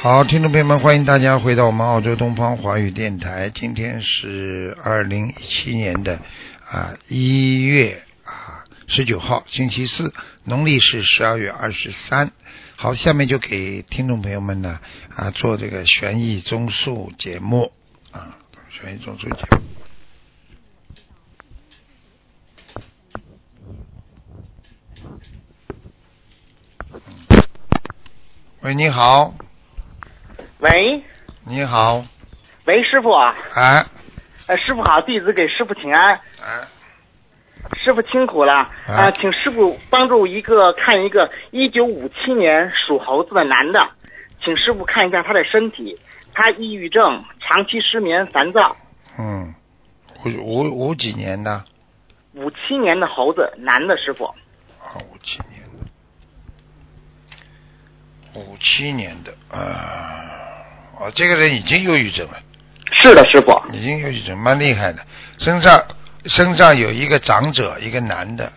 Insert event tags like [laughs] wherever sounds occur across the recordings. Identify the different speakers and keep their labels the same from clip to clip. Speaker 1: 好，听众朋友们，欢迎大家回到我们澳洲东方华语电台。今天是二零一七年的啊一月啊十九号，星期四，农历是十二月二十三。好，下面就给听众朋友们呢啊做这个悬疑综述节目啊，悬疑综述节目。嗯喂，你好。
Speaker 2: 喂
Speaker 1: 你好，
Speaker 2: 喂，师傅啊，
Speaker 1: 哎
Speaker 2: 呃，师傅好，弟子给师傅请安，
Speaker 1: 哎，
Speaker 2: 师傅辛苦了啊、
Speaker 1: 哎
Speaker 2: 请师傅帮助一个看一个一九五七年属猴子的男的，请师傅看一下他的身体，他抑郁症，长期失眠，烦躁，
Speaker 1: 嗯，五五五几年的？
Speaker 2: 五七年的猴子，男的师傅，
Speaker 1: 啊，五七年的，五七年的啊，哦，这个人已经忧郁症了，
Speaker 2: 是的，师傅，
Speaker 1: 已经忧郁症，蛮厉害的，身上身上有一个长者，一个男的，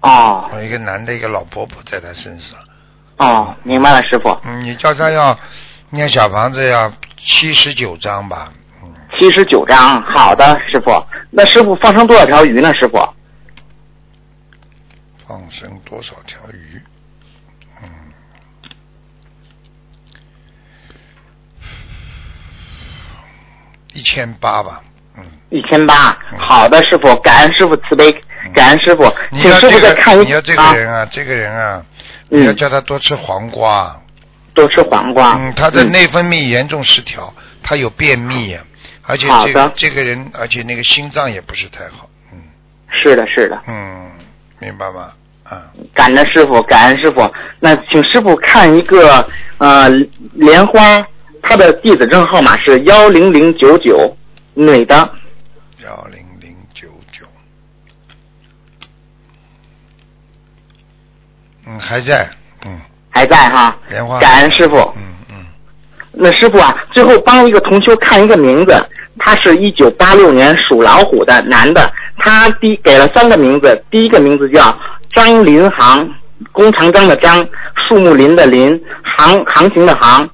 Speaker 2: 哦
Speaker 1: 有一个男的，一个老婆婆在他身上，
Speaker 2: 哦，明白了，师傅，
Speaker 1: 嗯，你叫他要念小房子要七十九章吧，嗯，
Speaker 2: 七十九章，好的，师傅，那师傅放生多少条鱼呢，师傅？
Speaker 1: 放生多少条鱼？嗯，一千八吧。嗯，
Speaker 2: 一千八，好的，师傅，感恩师傅慈悲，感恩师傅，
Speaker 1: 你
Speaker 2: 请
Speaker 1: 要
Speaker 2: 师
Speaker 1: 这
Speaker 2: 傅再
Speaker 1: 个，
Speaker 2: 看一
Speaker 1: 你要这
Speaker 2: 啊
Speaker 1: 个人啊，这个人啊，你要
Speaker 2: 嗯，啊
Speaker 1: 叫他多吃黄瓜。
Speaker 2: 多吃黄瓜。
Speaker 1: 嗯，他的内分泌严重失调，他有便秘，啊而且这
Speaker 2: 好的
Speaker 1: 个这个人，而且那个心脏也不是太好。嗯
Speaker 2: 是的，是的，
Speaker 1: 嗯，明白吗？啊，
Speaker 2: 感恩师傅，感恩师傅。那请师傅看一个呃莲花，她的弟子证号码是幺零零九九，女的，
Speaker 1: 幺零零九九。嗯，还在，嗯，
Speaker 2: 还在哈。
Speaker 1: 莲花。
Speaker 2: 感恩师傅。
Speaker 1: 嗯嗯，
Speaker 2: 那师傅啊，最后帮一个同修看一个名字，他是一九八六年属老虎的男的，他第给了三个名字，第一个名字叫张林航，弓长张的张，树木林的林，航航行的航；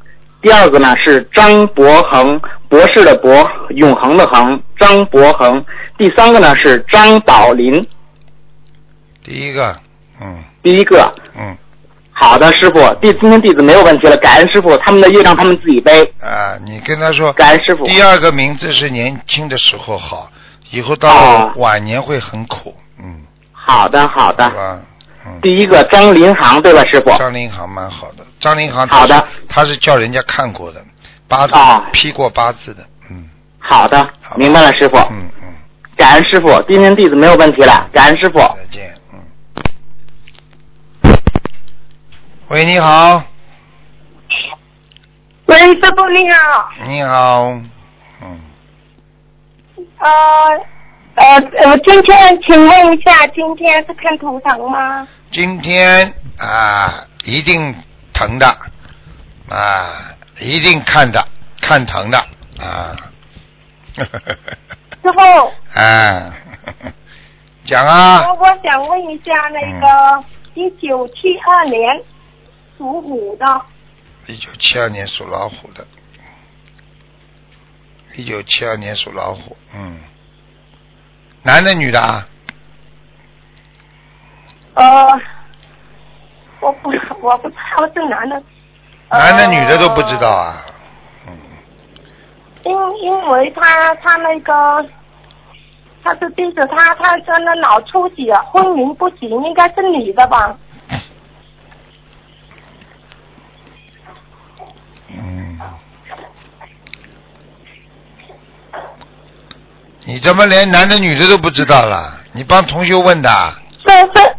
Speaker 2: 第二个呢是张博恒，博士的博，永恒的恒，张博恒；第三个呢是张宝林。
Speaker 1: 第一个，嗯
Speaker 2: 第一个，
Speaker 1: 嗯
Speaker 2: 好的，师傅，弟今天弟子没有问题了，感恩师傅，他们的业障他们自己背，
Speaker 1: 啊，你跟他说，
Speaker 2: 感恩师傅。
Speaker 1: 第二个名字是年轻的时候好，以后到了
Speaker 2: 哦
Speaker 1: 晚年会很苦，嗯，
Speaker 2: 好的，好的
Speaker 1: 是。吧？嗯，
Speaker 2: 啊第一个张林航，对吧，师傅？
Speaker 1: 张林航蛮好的，张林航
Speaker 2: 好的
Speaker 1: 他是他是叫人家看过的，八字
Speaker 2: 哦
Speaker 1: 批过八字的，嗯
Speaker 2: 好的
Speaker 1: 好，
Speaker 2: 明白了，师傅。
Speaker 1: 嗯嗯，
Speaker 2: 感恩师傅，今天弟子没有问题了，感恩师傅。
Speaker 1: 再见，嗯。喂，你好，
Speaker 3: 喂，师傅你好，
Speaker 1: 你好，嗯，
Speaker 3: 呃呃呃，今天请问一下，今天是看图腾吗？
Speaker 1: 今天啊，一定疼的，啊，一定看的，看疼的，啊， [laughs]
Speaker 3: 师傅，
Speaker 1: 啊，讲啊，嗯
Speaker 3: 我我想问一下那个一九七二年属虎的，
Speaker 1: 一九七二年属老虎的，一九七二年属老虎，嗯，男的女的啊？
Speaker 3: 呃，我不我不知 [laughs] 道是男的，呃
Speaker 1: 男的女的都不知道啊，嗯，
Speaker 3: 呃因因为他他那个他是弟子，他他真的脑出血，昏迷不醒，应该是女的吧？
Speaker 1: 嗯，你怎么连男的女的都不知道了？你帮同学问的啊？
Speaker 3: 是是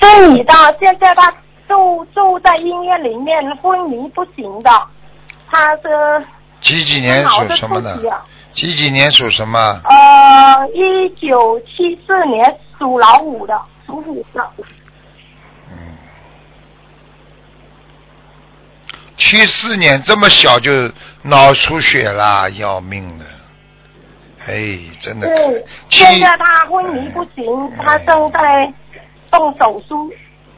Speaker 3: 是女的，现在她住住在医院里面，昏迷不醒的，她是
Speaker 1: 几几
Speaker 3: 她
Speaker 1: 年
Speaker 3: 脑
Speaker 1: 属
Speaker 3: 子
Speaker 1: 什么
Speaker 3: 出
Speaker 1: 的
Speaker 3: 血？，
Speaker 1: 几几年属什么？
Speaker 3: 啊呃，一九七四年属老虎的，属虎的，
Speaker 1: 嗯，七四年这么小就脑出血啦，要命了！哎，真的可
Speaker 3: 对，
Speaker 1: 七嗯哎
Speaker 3: 现在她昏迷不醒，她正在动手术，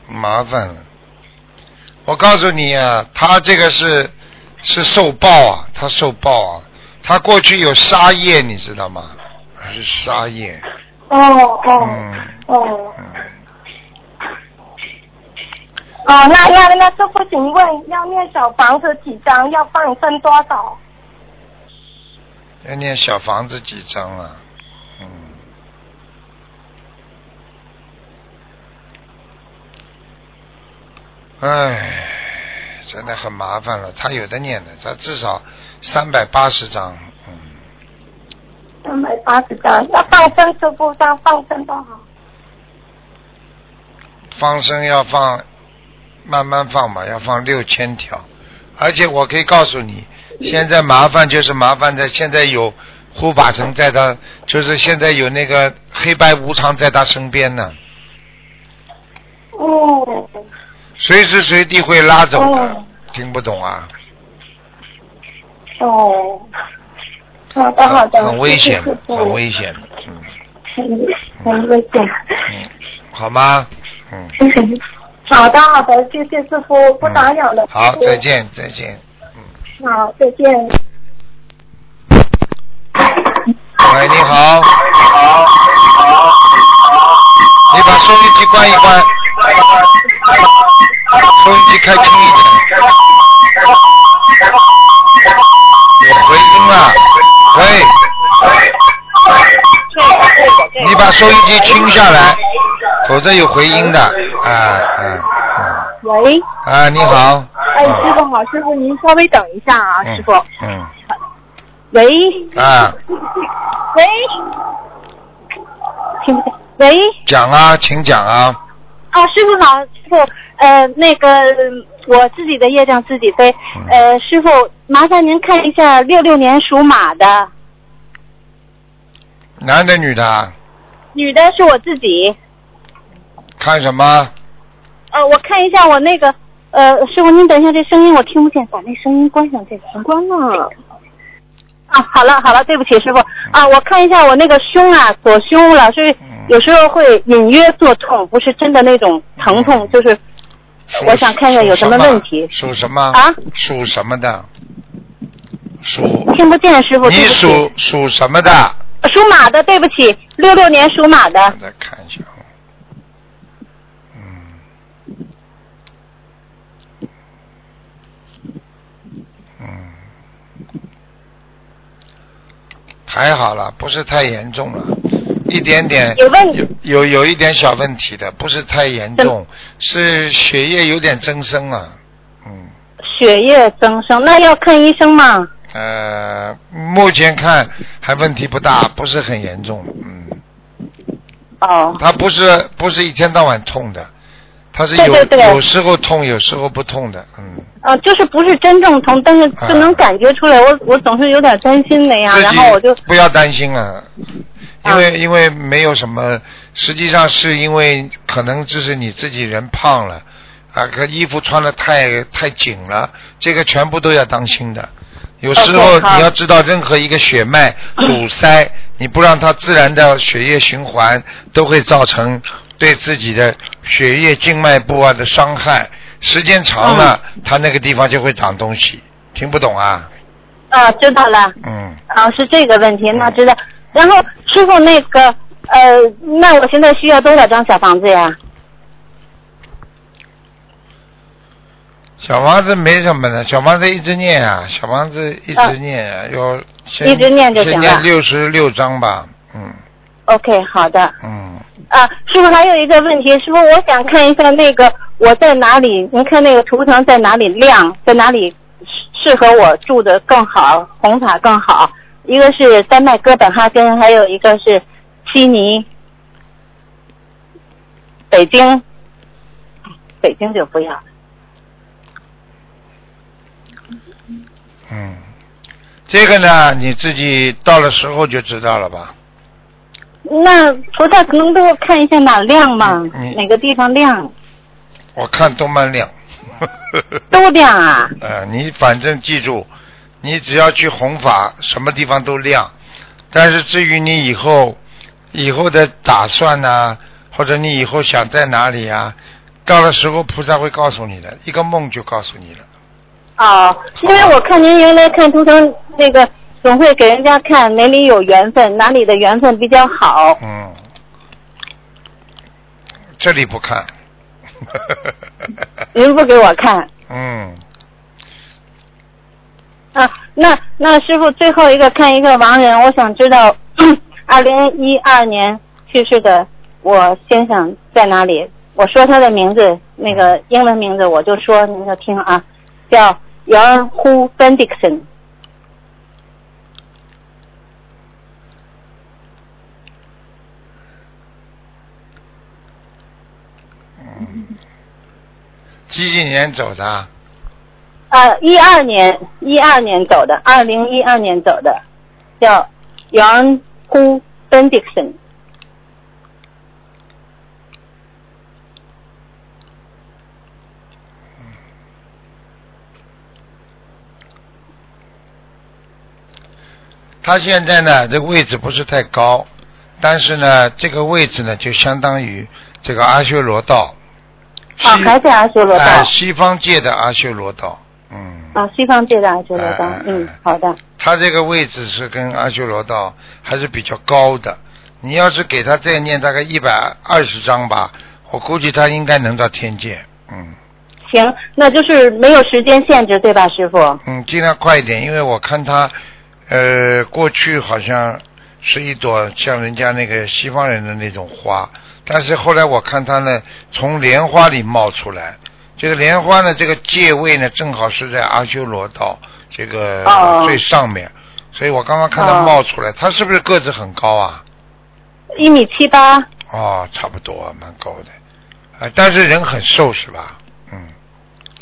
Speaker 1: 麻烦了。我告诉你啊，他这个是是受报啊，他受报啊，他过去有杀业，你知道吗？是杀业，
Speaker 4: 哦哦
Speaker 1: 嗯
Speaker 4: 哦
Speaker 1: 嗯，
Speaker 4: 哦，那那那师傅，请问要念小房子几张？要放生多少？
Speaker 1: 要念小房子几张啊？嗯，唉，哎真的很麻烦了。他有的念的，他至少三百八十张，嗯，
Speaker 4: 三百八十
Speaker 3: 呃
Speaker 4: 张。要放生，师傅，要放生多少？
Speaker 1: 放生要放，慢慢放吧，要放六千条。而且我可以告诉你，现在麻烦就是麻烦在现在有护法神在他，就是现在有那个黑白无常在他身边呢。
Speaker 4: 嗯，
Speaker 1: 随时随地会拉走的，
Speaker 4: 哦
Speaker 1: 听不懂啊？
Speaker 4: 哦，好的哦好的，
Speaker 1: 嗯很危险
Speaker 4: 谢谢师，傅
Speaker 1: 很危险，嗯
Speaker 4: 很很危险。
Speaker 1: 嗯，好吗？嗯，
Speaker 4: 好的好的，谢谢师傅，不打扰了。
Speaker 1: 嗯好，再。见，再见。
Speaker 4: 好，再见。
Speaker 1: 喂，你好。你把收音机关一关，收音机开轻一点。有回音了，喂，你把收音机轻下来，否则有回音的。啊啊啊！
Speaker 5: 喂，
Speaker 1: 啊，你好。
Speaker 5: 哎，
Speaker 1: 嗯
Speaker 5: 师傅好，师傅您稍微等一下啊，师傅。
Speaker 1: 嗯。
Speaker 5: 喂，
Speaker 1: 嗯啊，
Speaker 5: 喂，听不见。喂，
Speaker 1: 讲啊，请讲啊。
Speaker 5: 啊，师傅好，师傅，呃，那个我自己的业障自己背，
Speaker 1: 嗯
Speaker 5: 呃，师傅麻烦您看一下六六年属马的
Speaker 1: 男的女的啊？
Speaker 5: 女的是我自己，
Speaker 1: 看什么？
Speaker 5: 呃，我看一下我那个，呃，师傅您等一下，这声音我听不见，把那声音关上去，关了。啊，好了好了，对不起师傅啊，我看一下我那个胸啊，左胸老是
Speaker 1: 嗯
Speaker 5: 有时候会隐约作痛，不是真的那种疼
Speaker 1: 嗯
Speaker 5: 痛，就是
Speaker 1: 属
Speaker 5: 我想看一下有什么问题
Speaker 1: 属什么？
Speaker 5: 啊？
Speaker 1: 属什么的？属
Speaker 5: 听不见师傅。
Speaker 1: 你
Speaker 5: 对不起啊
Speaker 1: 属属什么的？
Speaker 5: 属马的，对不起，六六年属马
Speaker 1: 我
Speaker 5: 的，
Speaker 1: 再看一下啊。嗯。嗯。还好了，不是太严重了，一点点
Speaker 5: 有问
Speaker 1: 有有有一点小问题的，不是太严重，
Speaker 5: 嗯
Speaker 1: 是血液有点增生啊，嗯，
Speaker 5: 血液增生，那要看医生吗？
Speaker 1: 呃，目前看还问题不大，不是很严重，嗯，
Speaker 5: 哦，
Speaker 1: 它不是不是一天到晚痛的，它是有
Speaker 5: 对对对
Speaker 1: 有时候痛，有时候不痛的，嗯，
Speaker 5: 呃，就是不是真正疼，但是就能感觉出来，我我总是有点担心那样，
Speaker 1: 啊自
Speaker 5: 然
Speaker 1: 己
Speaker 5: 后我就
Speaker 1: 不要担心啊，因
Speaker 5: 啊
Speaker 1: 为、因为没有什么，实际上是因为可能就是你自己人胖了啊，可衣服穿的太太紧了，这个全部都要当心的。有时候
Speaker 5: OK，好
Speaker 1: 你要知道，任何一个血
Speaker 5: [coughs]
Speaker 1: 脉堵塞，你不让它自然的血液循环，都会造成对自己的血液静脉部啊的伤害。时间长了，
Speaker 5: 嗯
Speaker 1: 它那个地方就会长东西。听不懂啊？
Speaker 5: 啊知道了。
Speaker 1: 嗯。
Speaker 5: 啊，是这个问题，那知道。然后师傅那个呃，那我现在需要多少张小房子呀？
Speaker 1: 小房子没什么的，小房子一直念啊，小房子一直念啊，要先
Speaker 5: 一直念就行
Speaker 1: 先
Speaker 5: 了
Speaker 1: 念六十六章吧，嗯
Speaker 5: OK，好的。
Speaker 1: 嗯，
Speaker 5: 啊，师傅还有一个问题，师傅我想看一下那个我在哪里？您看那个图腾在哪里亮，在哪里适适合我住的更好，红塔更好？一个是丹麦哥本哈根，还有一个是悉尼，北京，北京就不要。
Speaker 1: 嗯，这个呢你自己到了时候就知道了吧。
Speaker 5: 那菩萨能给我看一下哪亮吗
Speaker 1: 嗯你？
Speaker 5: 哪个地方亮？
Speaker 1: 我看动漫量，
Speaker 5: 都亮啊！
Speaker 1: 呃，你反正记住，你只要去弘法，什么地方都亮。但是至于你以后以后的打算呐、或者你以后想在哪里啊，到了时候菩萨会告诉你的，一个梦就告诉你了。
Speaker 5: 哦，因为我看您原来看图腾那个总会给人家看哪里有缘分，哪里的缘分比较
Speaker 1: [laughs]
Speaker 5: 好。
Speaker 1: 嗯，这里不看。 [laughs]
Speaker 5: 您不给我看
Speaker 1: 嗯，
Speaker 5: 啊？那那师傅最后一个看一个亡人，我想知道二零一二年去世的我先生在哪里？我说他的名字，那个英文名字我就说，您就听啊，叫 y a n h u Bendixon。
Speaker 1: 几几年走的啊？
Speaker 5: 呃，一二年，一二年走的，二零一二年走的，叫 Yon Hu Bendixon。
Speaker 1: 他现在呢，这个位置不是太高，但是呢，这个位置呢，就相当于这个阿修罗道。西
Speaker 5: 啊，还在阿修罗道
Speaker 1: 哎西方界的阿修罗道，嗯，
Speaker 5: 啊，西方界的阿修罗道
Speaker 1: 哎哎。
Speaker 5: 嗯
Speaker 1: 哎，
Speaker 5: 好的，
Speaker 1: 他这个位置是跟阿修罗道还是比较高的。你要是给他再念大概一百二十章吧，我估计他应该能到天界，嗯
Speaker 5: 行，那就是没有时间限制，对吧，师傅？
Speaker 1: 嗯，尽量快一点，因为我看他，呃，过去好像是一朵像人家那个西方人的那种花，但是后来我看他呢，从莲花里冒出来。这个莲花呢，这个界位呢，正好是在阿修罗道这个
Speaker 5: 哦
Speaker 1: 最上面，所以我刚刚看他
Speaker 5: 哦
Speaker 1: 冒出来，他是不是个子很高啊？
Speaker 5: 一米七八，
Speaker 1: 哦，差不多，蛮高的，啊，但是人很瘦是吧？嗯，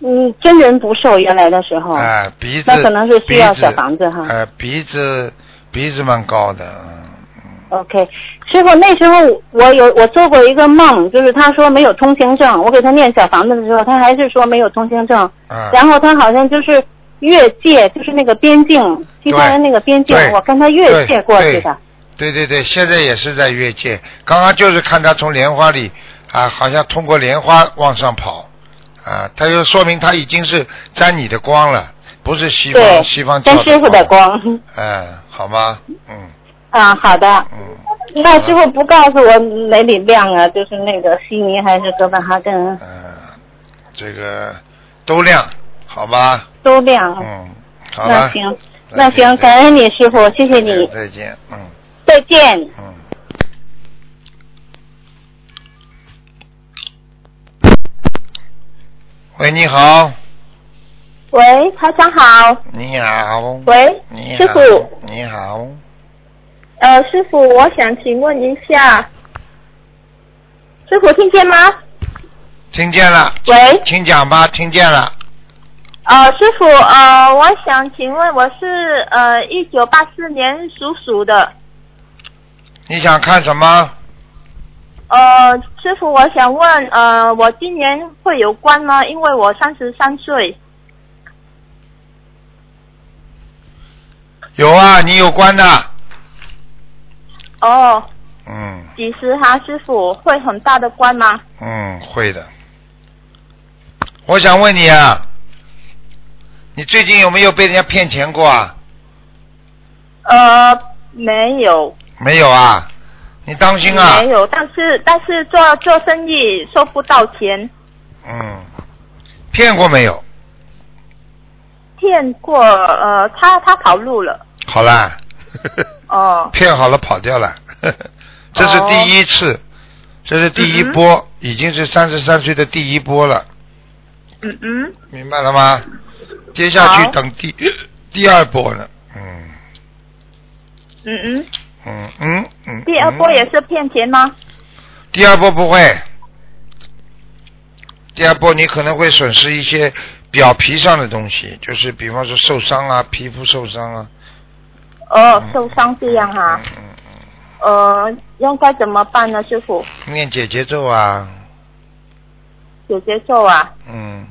Speaker 5: 嗯，真人不瘦，原来的时候。
Speaker 1: 哎、鼻子，
Speaker 5: 哦那可能是需要
Speaker 1: 鼻子
Speaker 5: 小房子哈
Speaker 1: 哎、鼻子鼻子蛮高的，嗯
Speaker 5: OK，师傅，那时候我有我做过一个梦，就是他说没有通行证，我给他念小房子的时候，他还是说没有通行证，
Speaker 1: 啊、
Speaker 5: 然后他好像就是越界，就是那个边境，西方人那个边境
Speaker 1: 对，
Speaker 5: 我跟他越界过去的。
Speaker 1: 对对对，现在也是在越界，刚刚就是看他从莲花里啊，好像通过莲花往上跑，啊，他就说明他已经是沾你的光了，不是西
Speaker 5: 对
Speaker 1: 方西方，
Speaker 5: 跟
Speaker 1: 教
Speaker 5: 师傅的，光。 [laughs]
Speaker 1: 哎、好吗？嗯
Speaker 5: 啊，好的。
Speaker 1: 嗯，
Speaker 5: 那师傅不告诉我哪里亮啊？就是那个悉尼还是哥本哈根
Speaker 1: 嗯，这个都亮，好吧？
Speaker 5: 都亮。
Speaker 1: 嗯，好
Speaker 5: 那
Speaker 1: 了，
Speaker 5: 行，
Speaker 1: 那
Speaker 5: 那
Speaker 1: 就这样
Speaker 5: 行，感恩你师傅，谢谢你，
Speaker 1: 再见，嗯
Speaker 5: 再见。
Speaker 1: 嗯。喂，你好，
Speaker 3: 喂，台长好。
Speaker 1: 你好，
Speaker 3: 喂，
Speaker 1: 你好，
Speaker 3: 师傅，
Speaker 1: 你好，
Speaker 3: 呃，师傅，我想请问一下，师傅听见吗？
Speaker 1: 听见了，
Speaker 3: 喂，
Speaker 1: 请讲吧，听见了，
Speaker 3: 呃，师傅，呃，我想请问，我是呃一九八四年属鼠的，
Speaker 1: 你想看什么？
Speaker 3: 呃，师傅，我想问，呃，我今年会有关吗？因为我三十三岁，
Speaker 1: 有啊，你有关的，
Speaker 3: 哦，
Speaker 1: 嗯
Speaker 3: 几时哈、师傅会很大的关吗？
Speaker 1: 嗯，会的。我想问你啊，你最近有没有被人家骗钱过啊？
Speaker 3: 呃，没有，
Speaker 1: 没有啊，你当心啊。
Speaker 3: 没有，但是但是做做生意收不到钱。
Speaker 1: 嗯，骗过没有？
Speaker 3: 骗过，呃，他他跑路了。
Speaker 1: 好啦，
Speaker 3: 哦
Speaker 1: 骗好了跑掉了， [laughs] 这是第一次，
Speaker 3: 哦
Speaker 1: 这是第一波，已经是三十三岁的第一波了，
Speaker 3: 嗯嗯，
Speaker 1: 明白了吗？接下去
Speaker 3: 好
Speaker 1: 等第第二波了，嗯
Speaker 3: 嗯嗯，
Speaker 1: 嗯嗯嗯。
Speaker 3: 第二波
Speaker 1: 嗯
Speaker 3: 也是骗钱吗？
Speaker 1: 第二波不会，第二波你可能会损失一些表皮上的东西，就是比方说受伤啊，皮肤受伤啊。
Speaker 3: 哦，受伤这样啊哈、
Speaker 1: 嗯嗯嗯
Speaker 3: 呃，应该怎么办呢，师傅？
Speaker 1: 嗯，念姐姐咒啊，
Speaker 3: 姐姐做啊，
Speaker 1: 嗯。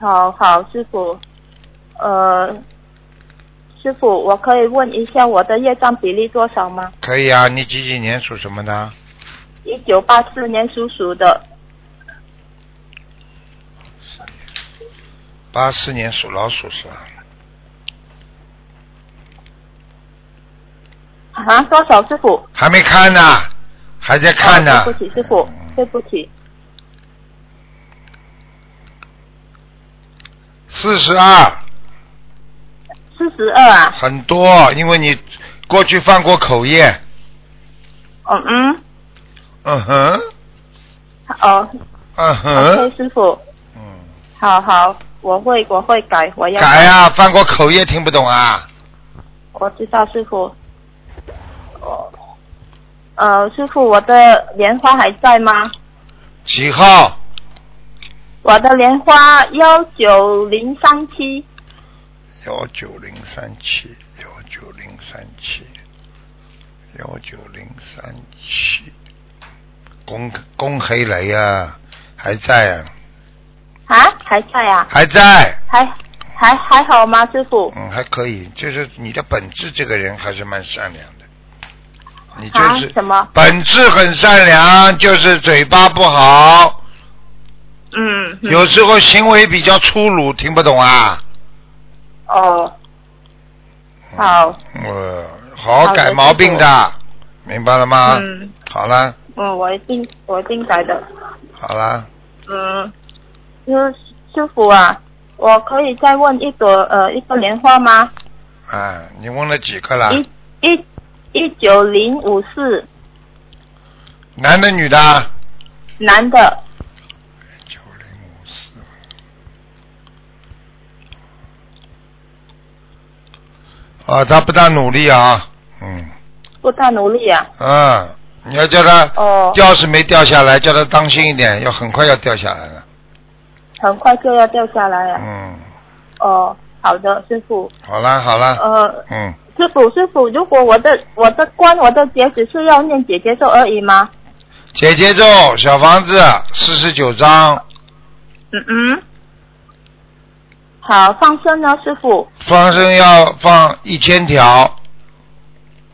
Speaker 3: 好好，师傅，呃，师傅，我可以问一下我的业障比例多少吗？
Speaker 1: 可以啊，你几几年属什么的？
Speaker 3: 一九八四年属鼠的，
Speaker 1: 八四年属老鼠是吧？
Speaker 3: 啊，多少师傅？
Speaker 1: 还没看呢，还在看呢。
Speaker 3: 哦对不起，师傅，对不起，
Speaker 1: 四十二，
Speaker 3: 四十二啊。
Speaker 1: 很多，因为你过去犯过口业。
Speaker 3: 嗯嗯，
Speaker 1: 嗯哼，
Speaker 3: 哦、
Speaker 1: 嗯
Speaker 3: o
Speaker 1: 哼
Speaker 3: k，师傅，
Speaker 1: 嗯，
Speaker 3: 好好，我会我会改，我要
Speaker 1: 改啊，犯过口业听不懂啊？
Speaker 3: 我知道师傅。哦，呃，师傅，我的莲花还在吗？
Speaker 1: 几号？
Speaker 3: 我的莲花幺九零三七，
Speaker 1: 幺九零三七，幺九零三七，幺九零三七，龚龚黑雷啊，还在啊，
Speaker 3: 啊，还在啊，
Speaker 1: 还在，
Speaker 3: 还还还好吗，师傅？
Speaker 1: 嗯，还可以，就是你的本质这个人还是蛮善良的，你就
Speaker 3: 啊
Speaker 1: 是、，
Speaker 3: 什么？
Speaker 1: 本质很善良，就是嘴巴不好，
Speaker 3: 嗯，嗯
Speaker 1: 有时候行为比较粗鲁，听不懂啊？
Speaker 3: 哦，
Speaker 1: 嗯
Speaker 3: 好，
Speaker 1: 呃，好
Speaker 3: 好
Speaker 1: 好
Speaker 3: 的
Speaker 1: 改
Speaker 3: 师
Speaker 1: 毛病
Speaker 3: 傅
Speaker 1: 的，明白了吗？
Speaker 3: 嗯
Speaker 1: 好了，
Speaker 3: 嗯，我一定我一定改的。
Speaker 1: 好了，
Speaker 3: 嗯，师师傅啊，我可以再问一朵呃一个莲花吗？
Speaker 1: 啊，你问了几个了？
Speaker 3: 一一一九零五四，
Speaker 1: 男的女的啊？
Speaker 3: 男的，
Speaker 1: 九零五四。啊，他不大努力啊，嗯，
Speaker 3: 不大努力啊。
Speaker 1: 啊，你要叫他
Speaker 3: 哦，
Speaker 1: 掉是没掉下来，叫他当心一点，要很快要掉下来了。
Speaker 3: 很快就要掉下来啊。
Speaker 1: 嗯，
Speaker 3: 哦，好的，师傅。
Speaker 1: 好了好了，
Speaker 3: 呃，
Speaker 1: 嗯，
Speaker 3: 师傅，师傅，如果我的我的关我的节只是要念姐姐咒而已吗？
Speaker 1: 姐姐咒小房子四十九章，
Speaker 3: 嗯嗯。好，放生呢，师傅，
Speaker 1: 放生要放一千条，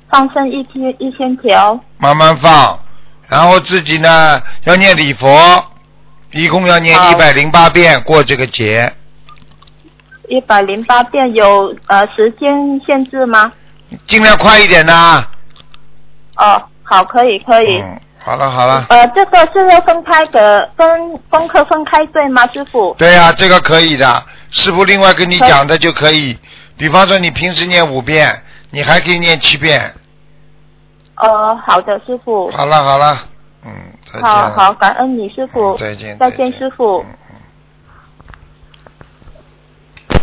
Speaker 3: 放生一千一千条。
Speaker 1: 慢慢放，然后自己呢要念礼佛，一共要念
Speaker 3: 好
Speaker 1: 一百零八遍过这个节。
Speaker 3: 一百零八遍有呃时间限制吗？
Speaker 1: 尽量快一点呐。
Speaker 3: 哦，好，可以可以。
Speaker 1: 嗯，好了好了，
Speaker 3: 呃，这个是要分开的，跟功课分开对吗，师傅？
Speaker 1: 对呀、这个可以的。师傅另外跟你讲的就可以，比方说你平时念五遍，你还可以念七遍。
Speaker 3: 呃，好的，师傅。
Speaker 1: 好了好了，嗯，再见
Speaker 3: 好
Speaker 1: 了。
Speaker 3: 好，感恩你，师傅
Speaker 1: 嗯。再见
Speaker 3: 再
Speaker 1: 见
Speaker 3: 见，师傅。
Speaker 1: 嗯嗯嗯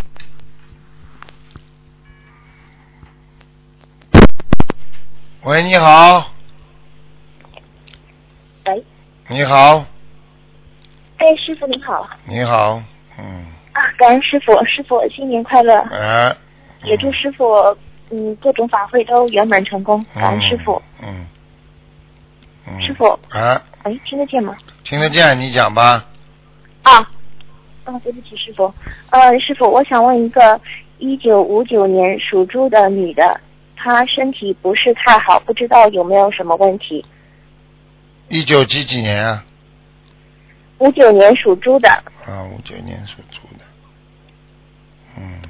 Speaker 1: 喂，你好。
Speaker 6: 喂。
Speaker 1: 你好，
Speaker 6: 哎，师傅您好
Speaker 1: 你好，嗯，
Speaker 6: 啊！感恩师傅，师傅新年快乐，
Speaker 1: 哎，
Speaker 6: 啊也祝师傅嗯各种法会都圆满成功，感恩师傅。
Speaker 1: 嗯。嗯。
Speaker 6: 师傅，
Speaker 1: 啊，
Speaker 6: 哎，听得见吗？
Speaker 1: 听得见，你讲吧。
Speaker 6: 啊，啊，对不起，师傅，呃，师傅，我想问一个一九五九年属猪的女的，她身体不是太好，不知道有没有什么问题。
Speaker 1: 一九几几年啊？
Speaker 6: 五九年属猪的，
Speaker 1: 啊，五九年属猪的。嗯。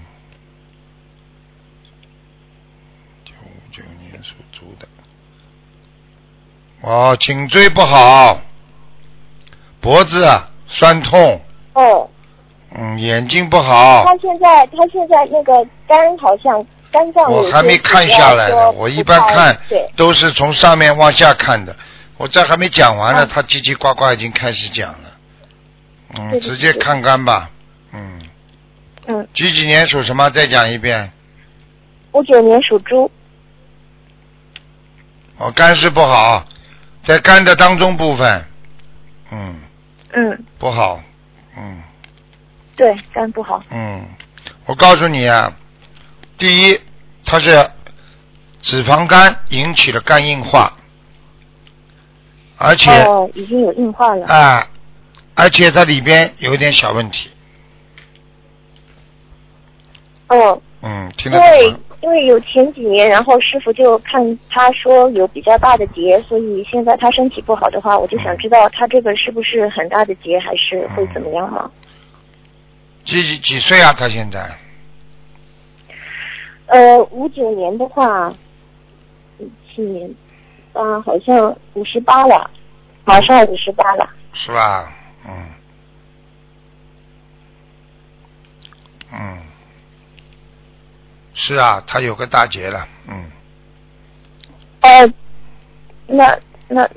Speaker 1: 九五九年属猪的。哦，颈椎不好，脖子酸痛，
Speaker 6: 哦，
Speaker 1: 嗯，眼睛不好
Speaker 6: 她。现在她现在那个肝好像肝脏有
Speaker 1: 我
Speaker 6: 些
Speaker 1: 还没
Speaker 6: 指
Speaker 1: 看
Speaker 6: 标
Speaker 1: 下来
Speaker 6: 说
Speaker 1: 呢，我一
Speaker 6: 不
Speaker 1: 般
Speaker 6: 太
Speaker 1: 看
Speaker 6: 对。
Speaker 1: 都是从上面往下看的。我这还没讲
Speaker 6: 嗯
Speaker 1: 完呢，他叽叽呱呱已经开始讲了。嗯，
Speaker 6: 对不起
Speaker 1: 直接看肝吧。嗯。
Speaker 6: 嗯。
Speaker 1: 几几年属什么？再讲一遍。
Speaker 6: 五九年属猪，
Speaker 1: 哦，肝是不好，在肝的当中部分，嗯，
Speaker 6: 嗯，
Speaker 1: 不好，嗯
Speaker 6: 对，肝不好。
Speaker 1: 嗯，我告诉你啊，第一，它是脂肪肝引起的肝硬化，而且啊、
Speaker 6: 哦，已经有硬化了。
Speaker 1: 而且它里边有点小问题，
Speaker 6: 哦，
Speaker 1: 嗯，听
Speaker 6: 因
Speaker 1: 得懂
Speaker 6: 为
Speaker 1: 吗？
Speaker 6: 因为有前几年，然后师傅就看他说有比较大的结，所以现在他身体不好的啊话，我就想知道他这个是不是很大的结，还是会怎么样吗？
Speaker 1: 几几几岁啊？他现在
Speaker 3: 呃，五九年的话，五七年，啊，好像五十八了，马上五十八了。
Speaker 1: 是吧？嗯，嗯，是啊，他有个大劫了，嗯，
Speaker 3: 呃，那那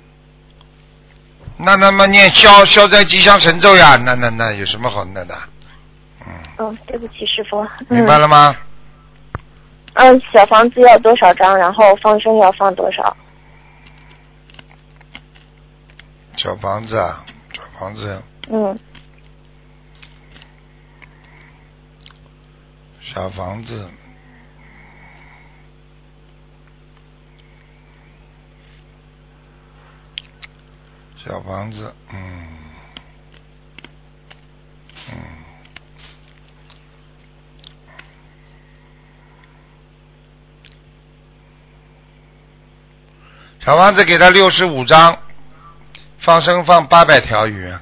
Speaker 1: 那那么念消消灾吉祥神咒呀，那那那有什么好那的？嗯，
Speaker 3: 哦，对不起，师傅。嗯
Speaker 1: 明白了吗？
Speaker 3: 嗯，小房子要多少张？然后放生要放多少？
Speaker 1: 小房子啊，小房子，
Speaker 3: 嗯，
Speaker 1: 小房子。小房子，嗯，嗯，小房子给他六十五张，放生放八百条鱼，啊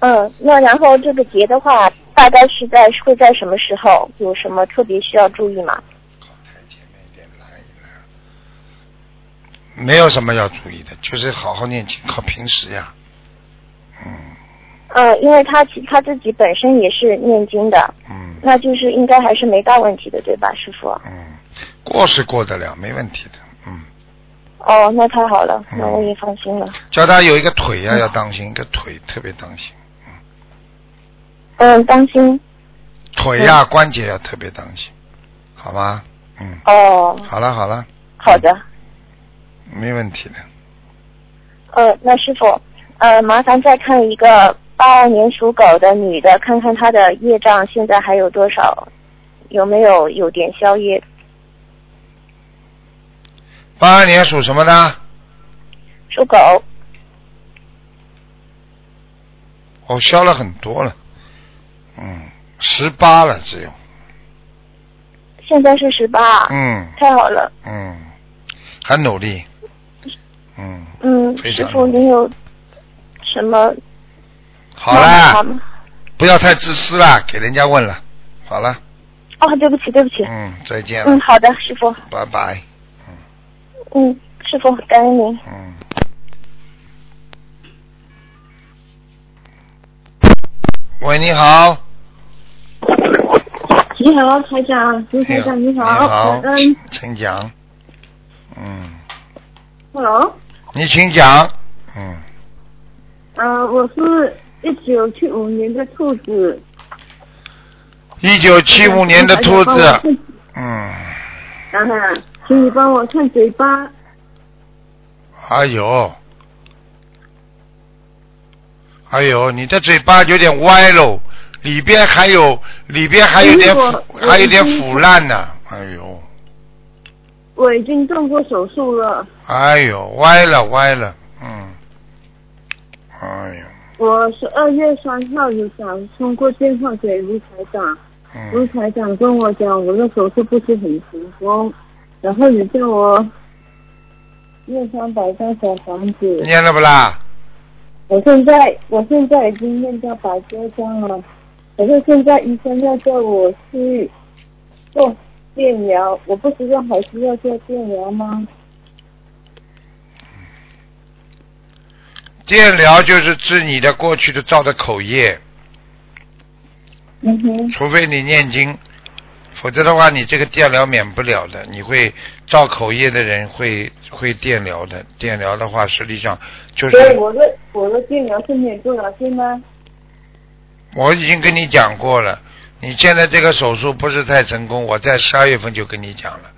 Speaker 3: 嗯，那然后这个节的话，大概是在会在什么时候？有什么特别需要注意吗？
Speaker 1: 没有什么要注意的，就是好好念经，靠平时呀，嗯
Speaker 3: 嗯，因为他其他自己本身也是念经的，
Speaker 1: 嗯
Speaker 3: 那就是应该还是没大问题的，对吧，师傅？
Speaker 1: 嗯，过是过得了，没问题的，嗯，
Speaker 3: 哦，那太好了，那
Speaker 1: 嗯
Speaker 3: 我也放心了。
Speaker 1: 叫他有一个腿呀、要当心，一个腿特别当心，
Speaker 3: 嗯，当心
Speaker 1: 腿呀、关节要特别当心，好吗？嗯，
Speaker 3: 哦。
Speaker 1: 好了好了，
Speaker 3: 好的，
Speaker 1: 没问题的。
Speaker 3: 呃，那师傅，呃，麻烦再看一个八二年属狗的女的，看看她的业障现在还有多少，有没有有点消业？
Speaker 1: 八二年属什么的？
Speaker 3: 属狗，
Speaker 1: 哦，消了很多了，嗯，十八了只有，
Speaker 3: 现在是十八、
Speaker 1: 嗯
Speaker 3: 太好了，
Speaker 1: 嗯，很努力，嗯，
Speaker 3: 嗯，
Speaker 1: 非
Speaker 3: 师
Speaker 1: 常
Speaker 3: 傅您有什么
Speaker 1: 好
Speaker 3: 办
Speaker 1: 啦
Speaker 3: 法，吗？
Speaker 1: 不要太自私啦，给人家问了，好了，
Speaker 3: 哦，对不起，对不起，
Speaker 1: 嗯，再见了
Speaker 3: 嗯，，好的，师傅，
Speaker 1: 拜拜，
Speaker 3: 嗯，师傅，感恩您。
Speaker 1: 嗯。喂，你好。
Speaker 7: 你好，台
Speaker 6: 啊
Speaker 7: 长，卢台长，你
Speaker 1: 你
Speaker 7: 好，感
Speaker 1: 请
Speaker 7: 恩
Speaker 1: 请讲。嗯，
Speaker 7: ，Hello，
Speaker 1: 你请讲。嗯，
Speaker 6: 啊
Speaker 7: 呃，我是一九七五年的兔子，
Speaker 1: 一九七五年的兔
Speaker 7: 台嗯长帮我
Speaker 1: 子。
Speaker 7: 看
Speaker 1: 嗯，
Speaker 7: 啊哈，请你帮我看嘴巴，
Speaker 1: 哎呦，哎呦，你的嘴巴有点歪喽，里边还有里边还有点
Speaker 7: 如
Speaker 1: 腐
Speaker 7: 果，嗯我
Speaker 1: 还有点
Speaker 7: 已经
Speaker 1: 腐烂呢、哎呦，
Speaker 7: 我已经动过手术了，
Speaker 1: 哎呦，歪了歪了。嗯，哎呦，
Speaker 7: 我十二月三号有想通过电话给卢台长，卢
Speaker 1: 嗯，
Speaker 7: 台长跟我讲我的手术不是很成功，然后你叫我念三百张小房子，
Speaker 1: 念了不啦？
Speaker 7: 我现在我现在已经念到百多张了，可是现在医生要叫我去做电疗，我不知道还需要做电疗吗？
Speaker 1: 电疗就是治你的过去的造的口业，
Speaker 7: 嗯哼，
Speaker 1: 除非你念经，否则的话你这个电疗免不了的，你会造口业的人会会电疗的。电疗的话，实际上就是
Speaker 7: 所以我的我的电疗是免不了对吗？
Speaker 1: 我已经跟你讲过了，你现在这个手术不是太成功，我在十二月份就跟你讲了。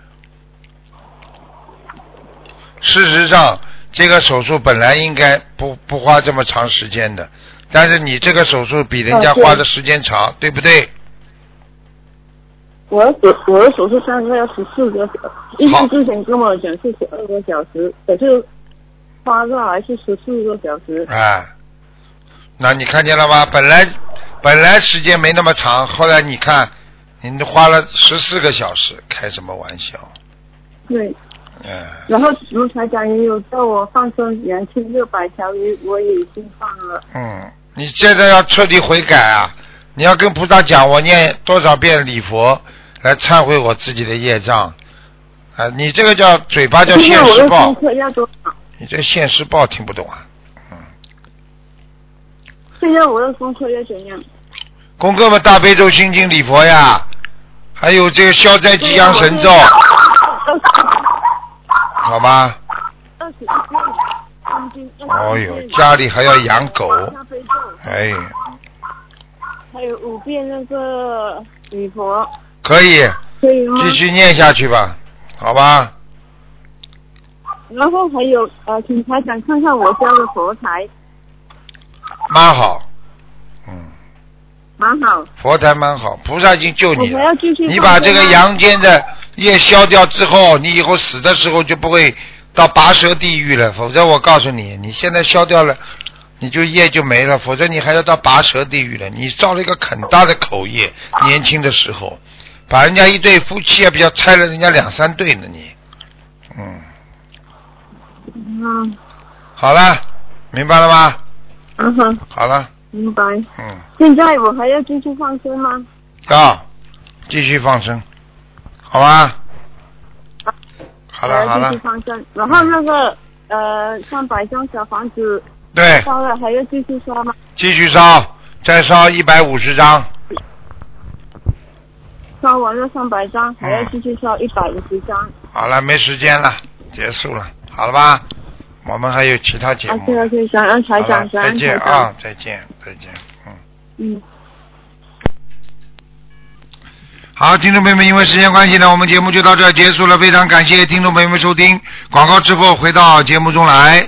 Speaker 1: 事实上，这个手术本来应该不不花这么长时间的，但是你这个手术比人家
Speaker 7: 哦对
Speaker 1: 花的时间长，对不对？
Speaker 7: 我的手我的手术大概要十四个小时，医生之前跟我讲是十二个小时，可是花下来是十四个小时。
Speaker 1: 啊，那你看见了吗？本来本来时间没那么长，后来你看，你都花了十四个小时，开什么玩笑？
Speaker 7: 对，
Speaker 1: 嗯、
Speaker 7: 然后卢台长也有叫我放生两千六百条鱼，我也已经放了。
Speaker 1: 嗯，你现在要彻底悔改啊！你要跟菩萨讲，我念多少遍礼佛来忏悔我自己的业障。啊，你这个叫嘴巴叫
Speaker 7: 现在
Speaker 1: 现
Speaker 7: 我
Speaker 1: 实
Speaker 7: 的
Speaker 1: 报
Speaker 7: 功，课要多少？
Speaker 1: 你这现实报听不懂啊？
Speaker 7: 现在我的功课要怎样？
Speaker 1: 功课嘛，大悲咒、心经、礼佛呀，还有这个消灾吉祥神咒，
Speaker 7: 二十
Speaker 1: 好吗？
Speaker 7: 二十一遍，心经二
Speaker 1: 哦
Speaker 7: 十一
Speaker 1: 呦，
Speaker 7: 遍
Speaker 1: 家里还要养狗，
Speaker 7: 大悲咒，
Speaker 1: 哎，
Speaker 7: 还有五遍那个礼佛，
Speaker 1: 可以
Speaker 7: 可以吗？
Speaker 1: 继续念下去吧，好吧？
Speaker 7: 然后还有呃，请台长看看我家的佛台，
Speaker 1: 蛮好，嗯，
Speaker 7: 蛮好。
Speaker 1: 佛台蛮好，菩萨已经救你
Speaker 7: 我还要
Speaker 1: 了
Speaker 7: 继。续
Speaker 1: 你
Speaker 7: 放
Speaker 1: 把这个
Speaker 7: 生吗
Speaker 1: 阳间的业消掉之后，你以后死的时候就不会到拔舌地狱了。否则我告诉你，你现在消掉了，你就业就没了。否则你还要到拔舌地狱了。你造了一个很大的口业，年轻的时候，把人家一对夫妻啊，比较拆了人家两三对呢。你，嗯，
Speaker 7: 嗯，
Speaker 1: 好了，明白了吗？
Speaker 7: 嗯哼，
Speaker 1: 好了，
Speaker 7: 明白。
Speaker 1: 嗯，
Speaker 7: 现在我还要继续放生吗？
Speaker 1: 啊，继续放生，好吧？好了好
Speaker 7: 还要继
Speaker 1: 了
Speaker 7: 续，放生。然后那个呃，三百张小房子
Speaker 1: 对，
Speaker 7: 烧了，还要继续烧吗？
Speaker 1: 继续烧，再烧一百五十张，
Speaker 7: 烧完了三百张，还
Speaker 1: 嗯
Speaker 7: 要继续烧一百五十张。
Speaker 1: 好了，没时间了，结束了，好了吧？我们还有其他节
Speaker 7: 啊，
Speaker 1: 目
Speaker 7: 对啊，，对，感恩台
Speaker 1: 好了
Speaker 7: 长，，感
Speaker 1: 再
Speaker 7: 恩台
Speaker 1: 见
Speaker 7: 长。
Speaker 1: 啊，再见，再见，嗯。
Speaker 7: 嗯，
Speaker 1: 好，听众朋友们，因为时间关系呢，我们节目就到这儿结束了。非常感谢听众朋友们收听，广告之后回到节目中来。